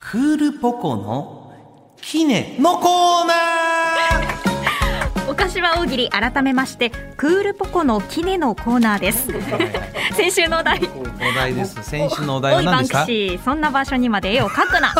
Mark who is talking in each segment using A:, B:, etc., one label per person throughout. A: クールポコのキネのコーナー
B: 岡島大喜利改めましてクールポコのキネのコーナーです先週のお題
A: お題です先週のお題は何でし
B: おい
A: た
B: バンクシーそんな場所にまで絵を描くな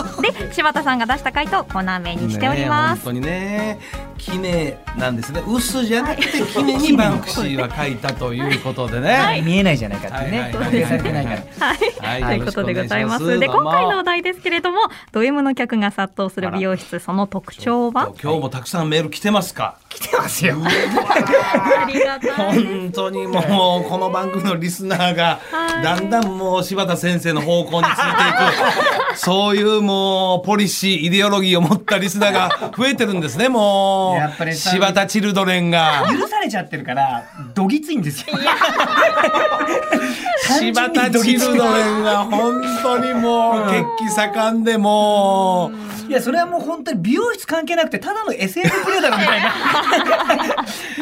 B: で柴田さんが出した回答コーナー名にしており
A: ねえ
B: ま
A: 本
B: す、
A: 当にねキネなんですね薄じゃなくてキネにバンクシーは書いたということでね、
C: 見えないじゃないかっていう
A: は
C: ね
A: いはいはい
C: 特定されてないから
B: はい、
A: は
B: と
A: い
B: いうことでございま
A: よろ
B: す。
A: し
B: で、
A: くお
B: 今
A: 願いします
B: 回のお題ですけれども、ド M の客が殺到する美容室、その特徴は
A: 今日もたくさんメール来てますか
C: 来てますよ
B: ありがたい。
A: 本当にもうこの番組のリスナーがだんだんもう柴田先生の方向についていくそういうもうポリシーイデオロギーを持ったリスナーが増えてるんですねも
C: やっぱ
A: う
C: りさ
A: 柴田チルドレンが
C: 許されちゃってるからどぎついんですよ単純に
A: 柴田
C: ど
A: チ
C: ぎ
A: ル
C: つい
A: ドレンが本当にもう血気盛んでもう。
C: いやそれはもう本当に美容室関係なくてただの SF プレイだろみたい な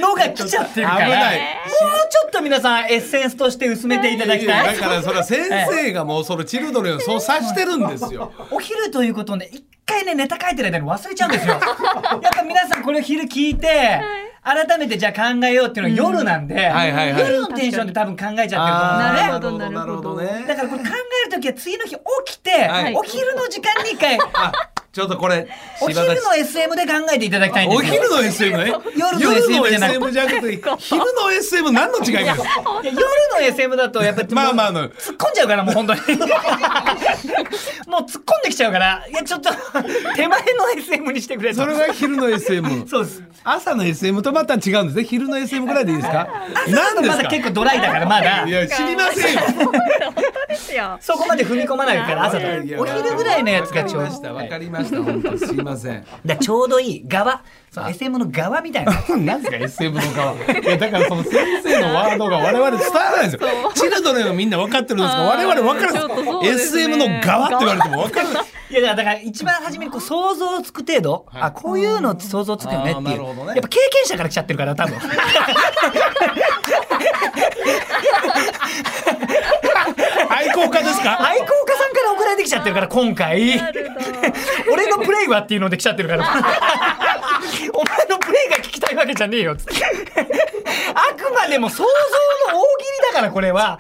C: のが来ちゃってるから
A: 危ない
C: もうちょっと皆さんエッセンスとして薄めていただき
A: い
C: た
A: や
C: い
A: だからそれは先生がもうそのチルドレンをそうさしてるんですよ。
C: お昼ということをね一回ねネタ書いてる間に忘れちゃうんで すよやっぱ皆さんこれ昼聞いて改めてじゃあ考えようっていうのは夜なんで、
A: はいはいはい
C: 夜のテンションで多分考えちゃってると思うんだよね
B: あーほどなるほど
C: だからこれ考えるときは次の日起きて、
A: はい
C: お昼の時間に一回、
A: あちょっとこれ
C: お
A: 柴田
C: 昼の SM で考えていただきたいんで
A: お
C: すよ。
A: 昼の SM ね。
C: 夜の
A: 夜
C: SM じゃなくて
A: SM じゃなくて、 昼の SM 何の違いですか
C: いや夜の SM だとやっぱり
A: まあまああの
C: 突っ込んじゃうからも う本当にもう突っ込んできちゃうからいやちょっと手前の SM にしてくれと
A: それが昼の SM。
C: そうです
A: 朝の SM とまた違うんですね。昼の SM ぐらいでいいですか何
C: ま
A: です
C: だ
A: か
C: 結構ドライだからまだ
A: いや、知りませんよ。
B: ですよ。
C: そこまで踏み込まないから朝と
A: いや
C: お昼ぐらいのやつが
A: わか
C: ち
A: り
C: ょうど
A: ました、わかりました。本当すいません。
C: だからちょうどいい側その SM の側み たいな
A: 何ですか SM の側いやだからその先生のワードが我々伝わらないんですよチルドレンはみんな分かってるんですが我々分から
B: ちょっとそ
A: な
B: う
A: い
B: で
A: です
B: すね
A: SM の側って言われても分から ない
C: いやだから一番初めにこう想像つく程度、あこういうのって想像つくよねって
A: あーないる
C: う、
A: ほどね
C: やっぱ経験者から来ちゃってるから多分
A: 愛好家ですか
C: 愛好家さんから送られてきちゃってるから今回俺のプレイはっていうので来ちゃってるからお前のプレイが聞きたいわけじゃねえよっつってあくまでも想像の大喜利だからこれは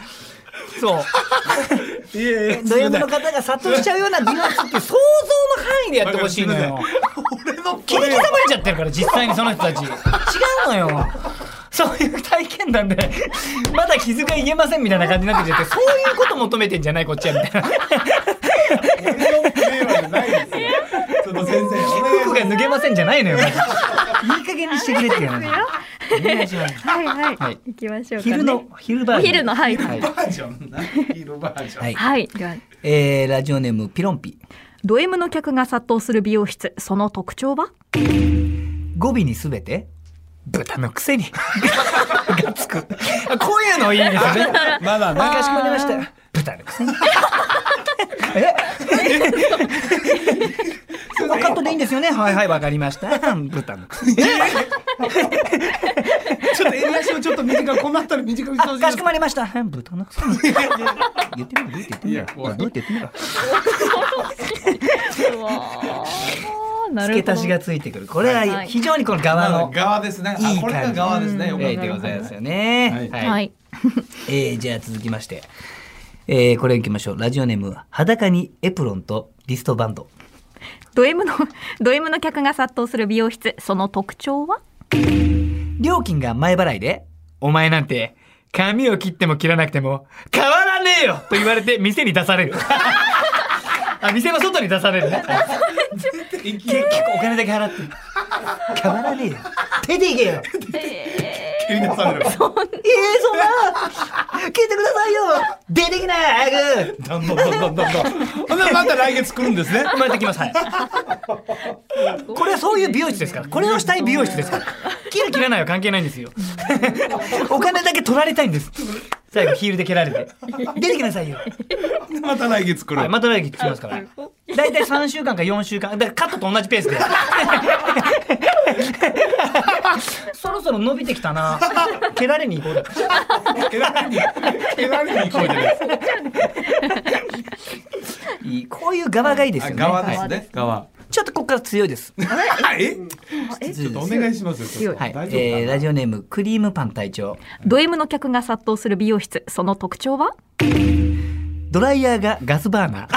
C: そう
A: いやいや
C: ド M の方が殺到しちゃうような美容室っていう想像の範囲でやってほしいのよ
A: 俺 の
C: 切り刻まれちゃってるから実際にその人たち違うのよそういう体験談でまだ傷が癒えませんみたいな感じになってきちゃってそういうこと求めてんじゃないこっちはみたいな
A: 俺のプレイはないですよちょっと先生お願いし
C: 服
A: ま
C: が脱げませんじゃないのよマジでいい加減にしてくれっていうね
B: はいはい、
C: はい
B: 行きましょうか、ね。
C: 昼の昼バー
B: お
C: ジョン
B: 昼のはい、
C: は
B: はいい、
A: すバージョンな色バージョン
C: はい
B: では
C: えーラジオネームピロンピ
B: ド M の客が殺到する美容室、その特徴は？
C: 語尾にすべて豚のくせ にがつくあこういうのいいですよね
A: まだね
C: かしこまりましたよ豚のくせに えそのカットでいいんですよねはいはいわかりました豚のくせに
A: ちょっと襟足をちょっと短くこの辺り短くしてほしいで
C: か
A: す
C: しこまりました豚のくせに言ってみるどうやって言ってみ
A: い
C: る
A: や
C: どう
A: 怖い
C: やって言ってみる
B: な
C: 付け足しがついてくるこれは非常にこの側の
A: 側ですね
C: いい
A: あこれが側ですねよか
C: え
A: っ
C: ー
A: た
C: でございますよ
A: は
C: ね
A: い
C: は
B: はい。
C: えーじゃあ続きまして、えーこれいきましょうラジオネーム裸にエプロンとリストバンド
B: ド M のド M の客が殺到する美容室、その特徴は？
C: 料金が前払いでお前なんて髪を切っても切らなくても変わらねえよと言われて店に出され るあ店の外に出される ね結局お金だけ払って変わらねえよ出ていけよ
A: 蹴り出される
C: ええそんな聞いてくださいよ出てきな早く
A: どんどんどんどんどんどんほんでまた来月来るんですね
C: 生まれてきますはい これはそういう美容室ですからこれをしたい美容室ですから切る切らないは関係ないんですよ お金だけ取られたいんです最後ヒールで蹴られて出てきなさいよ、
A: また来月来る、
C: はい、また来月来ますから大体3週間か4週間だからカットと同じペ ースでそろそろ伸びてきたな蹴られに行こうだ
A: 選びに選びに行こうじゃないですか
C: いいこういう側がいいですよね。
A: 側で
C: は
A: す
C: い
A: ね。側。
C: ちょっとここから強いです。
A: え、
B: え
A: ちょっとお願いしますよちょっと。
C: はい、
A: 大丈夫かな
C: えーラジオネームクリームパン隊長。
B: ド M の客が殺到する美容室その特徴は
C: ドライヤーがガスバーナー。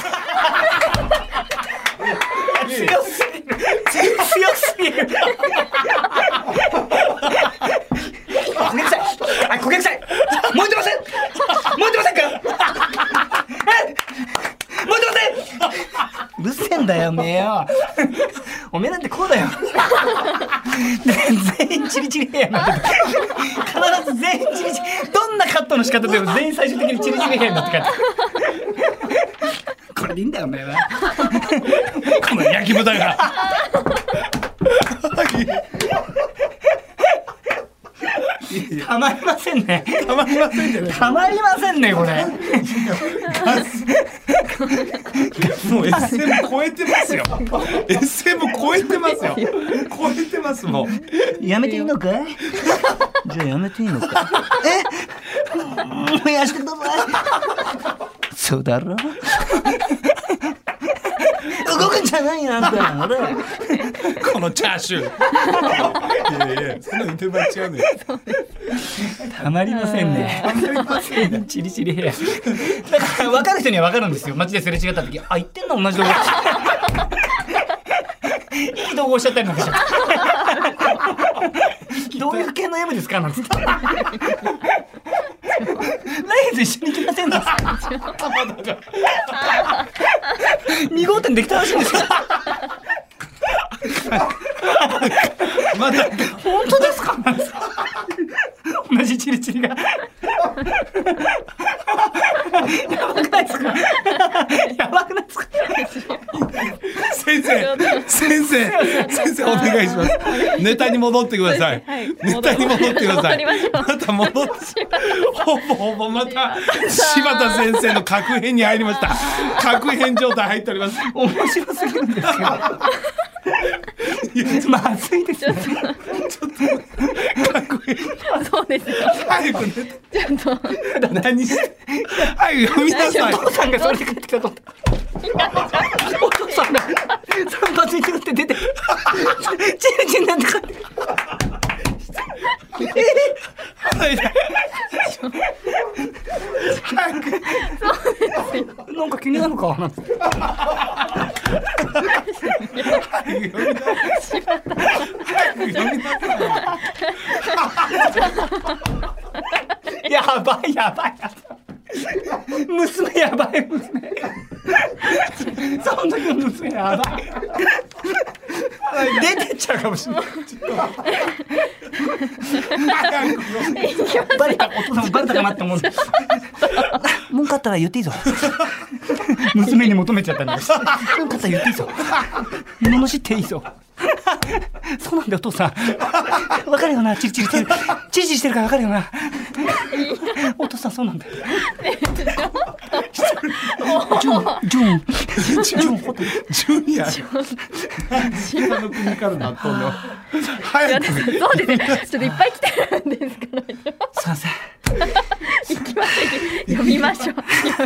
C: 強すぎる。強すぎる。ごめんなさい。あ、ごめんなさい。燃えてません。燃えてませんか。え燃えてません。うるせえんだよ、めえよ。おめえなんてこうだよ。全員チリチリヘアになってて必ず全員チリチリどんなカットの仕方でも全員最終的にチリチリヘアになって帰ってこれでいいんだよお前は
A: この焼き豚が。
C: たまりませんね
A: たまりませんじゃない。
C: たまりませんねこれ
A: もう SM 超えてますよ。SM 超えてますよ。超えてますもう。
C: やめていいのかいじゃあやめていいのかえ燃やしてくださいそうだろ動くんじゃないよあんたほら
A: このチャーシュー。いやいや、その腕前違うね。
C: たまりませんね。 チリチリヘア。だから分かる人には分かるんですよ。街ですれ違った時、あ、言ってんの同じ動画。 いい動画おっしゃったりなんか して。どういう系の M ですかなんつって。ライズ一緒に行きませんか。二号店できたらしいんですよ。
A: まだ
C: 本当ですか。同じチリチリ が。やばくないですか。やばくないですか。
A: 先生、先生、先生お願いします。ネタに戻ってください。
B: はい
A: ネタに戻ってくださ
B: 戻
A: い。
B: りましょう
A: また戻って。ほぼほぼまた柴田先生の格変に入りました。格変状態入っております。
C: 面白すぎるんですよ。まずいですね。
B: そうですよ
A: 早くネ
B: ちょっと
A: タ何して。早く読みなさい。
C: お父さんがそれで帰ってきたと思った。お父さんが散髪に行って出て、チリチリになって帰って。なんか気になるかなんて。やばいやばいやばい。娘やばい娘。その時の娘やばい。出てっちゃうかもしれない。バレた、お父さんもバレたかなって思うんだ。文句あったら言っていいぞ。娘に求めちゃったんだよ。文句あったら言っていいぞ。罵っていいぞ。そうなんだよ、お父さん。わかるよな、チリチリしてる。チリチリしてるからわかるよな。お父さん、そうなんだよ。ジュン、ジュン、ジュン、ホテル
A: ジュニア。島の国からなったんだ。早く。
B: そうですよちょっといっぱい来てるんですから
C: すいません。
B: 行きましょう呼びましょう呼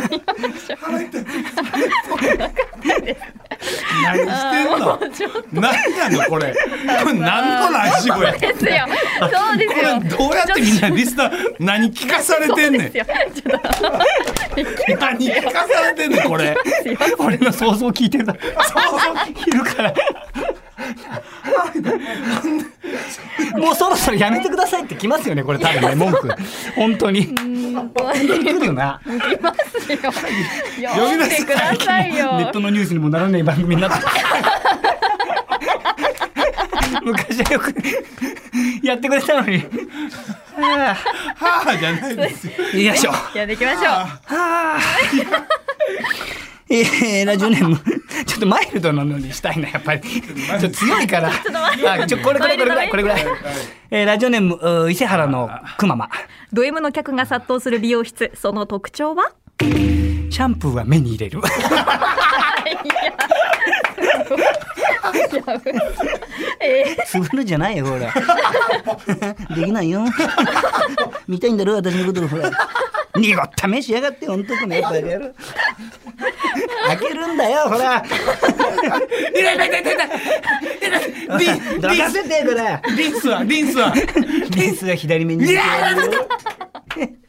B: びましょう
A: 何してんの。何なのこれ。これ何のラジオや。
B: ですよそうです
A: これ
B: よ
A: どうやってみんなリスナー何聞かされてんねん
B: ですよちょっと
A: 何聞かされてんねんこれ
C: 俺の想像聞いてるだろ。昼から。 もうそろそろやめてくださいって来ますよね、これ多分ね、文句。本当に。来るよな。
B: いますよ呼んでくださいよ
C: ネットのニュースにもならない番組になって。 昔はよくやってくれたのに。あ
A: はあじゃないですよ
C: あよいしょ。
B: やっていきましょう
C: えー、ラジオネーム。 ちょっとマイルドなのにしたいな、やっぱり。 ちょっと強いから。あ、ちょ、これこれこれぐらい、これぐらい。えー、ラジオネーム、うー伊勢原のくまま。
B: ド M の客が殺到する美容室その特徴は
C: シャンプーは目に入れる。
B: え
C: すぐるじゃないよ、ほら。 できないよ。見たいんだろ、私のこと、ほら。濁った目しやがって、ほんとこのやっぱやる。開けるんだよ、ほら。
A: 痛い痛い痛い痛い痛い痛いリン
C: どかせて、これ。
A: リンリンスはリンスは
C: リンスが左目に。
A: いやー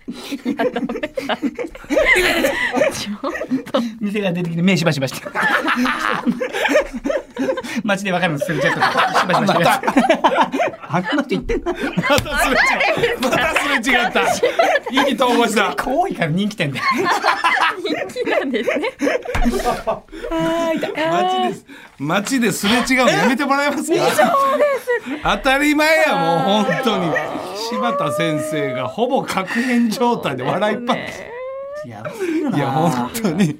C: 店が出てきて目しばしばして街で分かるんですよちょっとしばしばしてあこの人言ってんな
A: またすれ違ったまたすれ違った意気投合した
C: 多いから人気店で
B: 人気なんですね。
A: 街です街ですれ違うのやめてもらえますか当たり前やもう本当に柴田先生がほぼ確変状態で笑いっぱい
C: やばすぎる
A: いや本当に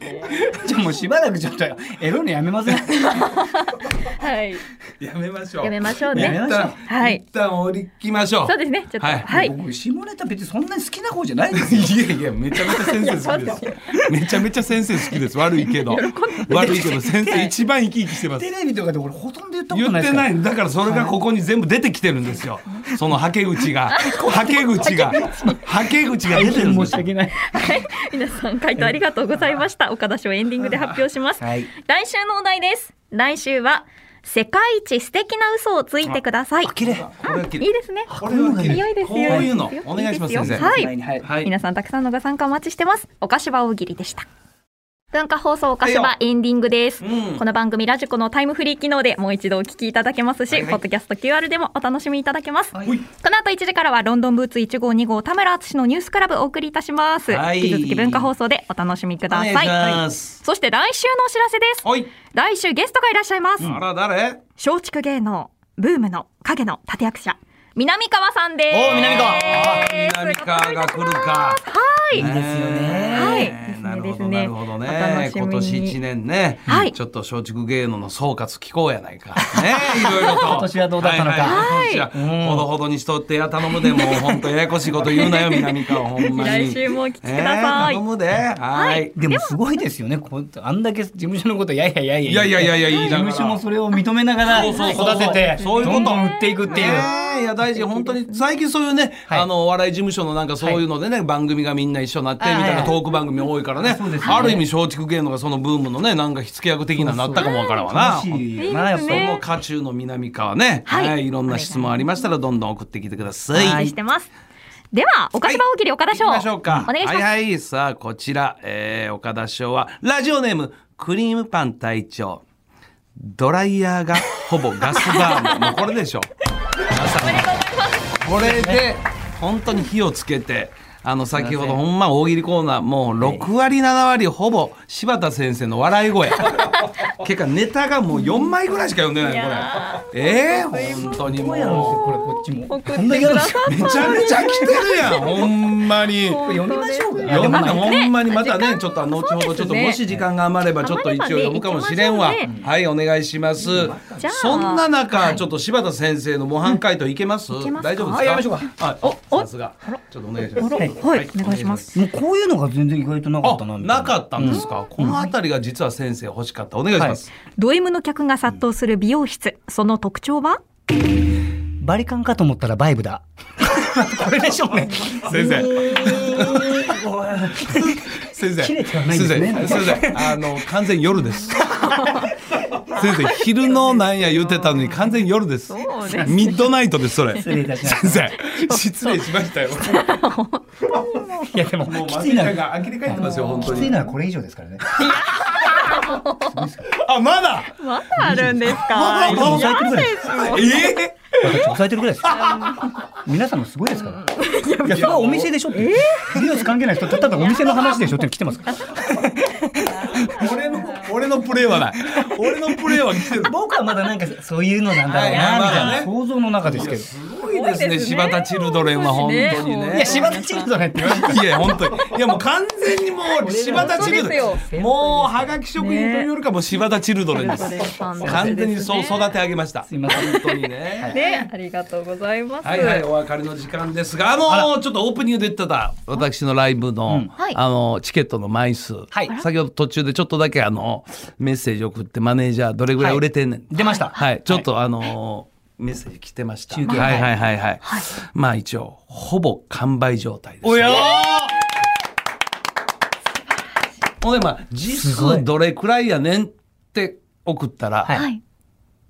C: じゃあもうしばらくちょっとエロいのやめません
B: はい。
A: やめましょう
B: やめましょう
C: やめ
B: ね
C: ま。
A: 一旦
B: はい
A: 一旦降りきましょう
B: そうですね。ちょっと
A: はい
B: はい。
C: 僕下ネタ別にそんなに好きな方じゃないんですよ
A: いやいやめちゃめちゃ先生好きですめちゃめちゃ先生好きです悪いけど悪いけど先生一番生き生きしてます
C: テレビとかで俺ほとんど言ったこ
A: 言
C: とな
A: っ
C: い
A: て
C: ですから
A: ないだからそれがここに全部出てきてるんですよそのはけ口 がはけ口がはけ口が出てるんで
C: 申
A: す
C: し
A: よ
C: 訳ない
B: はい。皆さん回答ありがとうございました。岡田賞エンディングで発表します。
C: はい
B: 来週のお題です。来週は世界一素敵な嘘をついてください。
C: 綺麗
A: これは切る
B: いいですね。
A: これは切る
B: 良いですよ。
A: こういうの
B: 良ですよ
A: お願いします
B: 良
A: 先
B: です
A: 生
B: よはい。
C: はい
A: はい
B: 皆さんたくさんのご参加お待ちしてます。お菓子は大喜利でした。文化放送お菓子
A: は
B: はいエンディングです。
A: うん
B: この番組ラジコのタイムフリー機能でもう一度お聞きいただけますし、
A: はいはい
B: ポッドキャスト QR でもお楽しみいただけます。
C: はい
A: ほい
B: この後1時からはロンドンブーツ1号2号田村淳のニュースクラブをお送りいたします。
A: はい
B: 引き続き文化放送でお楽しみください。
A: お願いします
B: そして来週のお知らせです。
A: おい
B: 来週ゲストがいらっしゃいます。
A: あら誰
B: 松竹芸能ブームの影の立役者南川さんです。
A: お南川あ
B: よろ
A: 南
B: しくお願い
A: 川
B: い
A: が
B: たし
A: 来
B: ま
A: る
B: す
A: か
B: はい。
A: いいですよね
B: はい
A: なるほ
B: です
A: ど
B: ね
A: なるほど
B: ですねお
A: ね
B: 楽しみに
A: 今年一年ね
B: はい
A: ちょっと松竹芸能の総括聞こうやないかねいろいろと
C: 今年はどうだったのか
A: はい
B: は
A: 今年はほどほどにしとってや頼むでもう本当ややこしいこと言うなよ南川ほんまに
B: 来週もお聞きください
A: えー頼むではい
C: でもすごいですよねこうあんだけ事務所のことやいやいやいや
A: いやいやいやいやいい
C: 事
A: だから
C: 務所もそれを認めながら
A: そう
C: 育
A: そうそう
C: てて
A: そういうこと
C: どんどん売っていくっていう、
A: ねえいや大事本当に最近そういうね、
C: はい
A: あのお笑い事務所のなんかそういうのでね、番組がみんな一緒になってみたい
C: は
A: ないトーク番組多いからね,、
C: そうですね
A: ある意味松竹芸能がそのブームのねなんか火付け役的ななったかもわからんわな。
C: 楽
A: そ
C: しいよなやっぱ
B: ね
A: の渦中の南川ね、
B: はい
A: い、いろんな質問ありましたらどんどん送ってきてくださ
B: お
A: い。
B: 待ちしてます。では、岡島大喜利岡田賞。
A: 行きましょうか。
B: お願いします。
A: はいはい。さあ、こちら、えー、岡田賞は、ラジオネーム、クリームパン隊長。ドライヤーがほぼガスバーナー。もうこれでしょ。まさにこれで、本当に火をつけて、あの、先ほど、ほんま大喜利コーナー、もう6割、7割、ほぼ、柴田先生の笑い声。 結果、ネタがもう4枚ぐらいしか読んでない
B: いや
A: の、これ。えー、本当にも
C: こ
A: う
C: う。やるんですよこれこっちも
B: 送っ
C: こんだ
B: て
C: けや
B: く
C: るん
B: だ
C: です
B: さ
C: よ
A: めちゃ
B: い。
A: めちゃ来てるやん、ほんまに。
C: 読みましょうか
A: 読んだ
B: あ
A: ほ
B: ね
A: んまにまたね
B: 時間
A: ちょっと後ほどちょっ
B: そ
A: と
B: うですね
A: もし時間が余ればちょっと一応読むかもしれんわ
B: 余ればね行きましょうね
A: はいお願いします
B: じゃあ
A: そんな中ちょっと柴田先生の模範解答いけます
B: いけますか
A: 大丈夫
C: はいやりま
A: で
C: し
A: す
C: ょう
A: かはい
B: おお
A: さすがちょっとお願いしま
B: あ
A: す
B: らはい、お願いします。
C: もうこういうのが全然意外となかったな
A: あ
C: みたい
A: なかったんですかこのあたりが実は先生欲しかったお願いします
B: ド M の客が殺到する美容室、その特徴は
C: バリカンかと思ったらバイブだこれでしょうね
A: 先生
C: おい
A: 先生
C: 切れてはない
A: 先
C: ですね
A: 生先生あの完全に夜 です先生昼のなんや言ってたのに完全に夜です
B: うですね
A: ミッドナイトですそれ
C: 失礼いたしまし
A: 先生失礼しましたよ
C: たいやでも
A: もう
C: き
A: マ
C: つい
A: ジ
C: な
A: かが呆れ返ってますよ本
C: き
A: 当
C: つい
A: に
C: のはこれ以上ですからね
A: あまだ
B: まだあるんですか
A: まだまだ
B: 嫌ですもん
A: え
C: 私抑えてるぐらいです皆さんのすごいですからいやそれはお店でしょって美容室関係ない人ただお店の話でしょって来てますから
A: え俺の俺のプレーはない俺のプレーは来てる
C: 僕はまだなんかそういうのなんだろう
A: はい
C: なみたい
A: まあ
C: な
A: ね
C: 想像の中ですけど
A: すごいですね柴田チルドレンは本当にね
C: いや柴田チルドレンって言われて
A: いや本当にいやもう完全にもう柴田チルドレ
B: 本当です
A: ンもうはがき職人というよりかもう柴田チルドレンで
B: チルドレン
A: す
B: さんですね
A: 完全にそう育て上げました
C: すいま せん
A: 本当にね
B: ね、ありがとうございます。
A: はいはい、お別れの時間ですが、あのーちょっとオープニングで言ってた、私のライブの、
B: はい
A: あのーチケットの枚数、
C: はい
A: 先ほど途中でちょっとだけあの、メッセージ送って、マネージャーどれぐらい売れてんねん。はい、
C: 出ました
A: ちょっとあのーメッセージ来てました。は
C: 中
A: い
C: 継
A: はいはいはい。まあ一応、ほぼ完売状態です。
C: おや
A: ほんでまあ実
C: すごい
A: 数どれくらいやねんって送ったら、
C: はい
B: はい。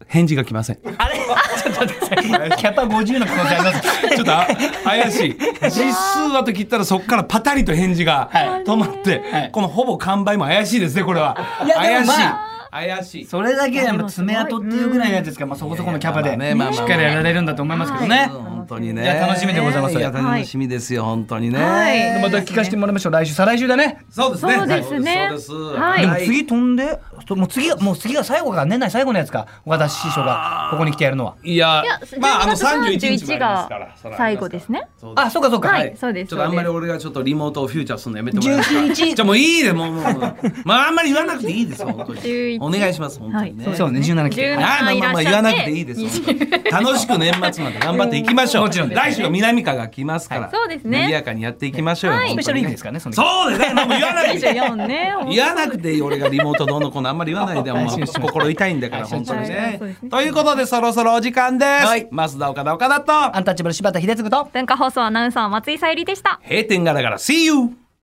A: 返事が来ません。
C: あれちょっと待ってください。キャパ50の可能性あります。
A: ちょっとあ怪しい。実数だと切ったらそこからパタリと返事が
C: はい
A: 止まって、
C: はい
A: このほぼ完売も怪しいですね、これは。
C: いやでも
A: 怪しい
C: まあ。
A: 怪しい。
C: それだけでやっぱ爪痕っていうぐらいのやつですから、まあ、そこそこのキャパで
A: いや
C: し
A: いやまあねまあまあ
C: っかりやられるんだと思いますけどね。
A: 本当にね。
C: いや楽しみでございます
A: いや楽しみですよ、本当にね。
B: はい
C: また聞かせてもらいましょう。来週、再来週だね。
A: そうですね。
B: そうですね
A: そうです
B: はい
C: でも
A: はい
C: 次飛んで、そもう次が、もう次が最後か、年内最後のやつか。岡田師匠がここに来てやるのは。
A: いや
B: いや、
A: まあ、あの三十
B: 12
A: 一
B: 月
A: 日
B: 31
A: もありますからそれ
B: が
A: はありますから
B: 最後ですね。
A: そうです
C: あ、そうかそうか。
B: はいそうです
A: ちょっとあんまり
B: そう
A: 俺がちょっとリモートをフューチャーするのやめてもらえますか
C: 19日
A: じゃあもういいでもうもうもうまああんまり言わなくていいですよ本当に
B: 11
A: お願いします本当にね、
B: はい
C: そうね、17期。
B: 17
A: ああまあまあまあ
B: い
A: 言わ
B: らっしゃ
A: な
B: って
A: くていいです本当に楽しく年末まで頑張っていきましょう
C: もちろんです
A: 来週は南川が来ますから、
B: いそうですね
A: 賑やかにやっていきましょうよ、
B: はい
A: 本当
C: スペシャルウ
A: に
C: ィークですからね、その時
A: そうですねもう言わないで
B: 24ね。
A: 言わなくていい俺がリモートどうのこうのあんまり言わないでもう心痛いんだから本当に
B: はい
A: ね
B: そうですね
A: ということでそろそろお時間です、
C: はい
A: 増田岡田岡田と
C: アンタッチャブル柴田秀嗣と。
B: 文化放送アナウンサー松井さゆりでした。
A: 閉店ガラガラ See you!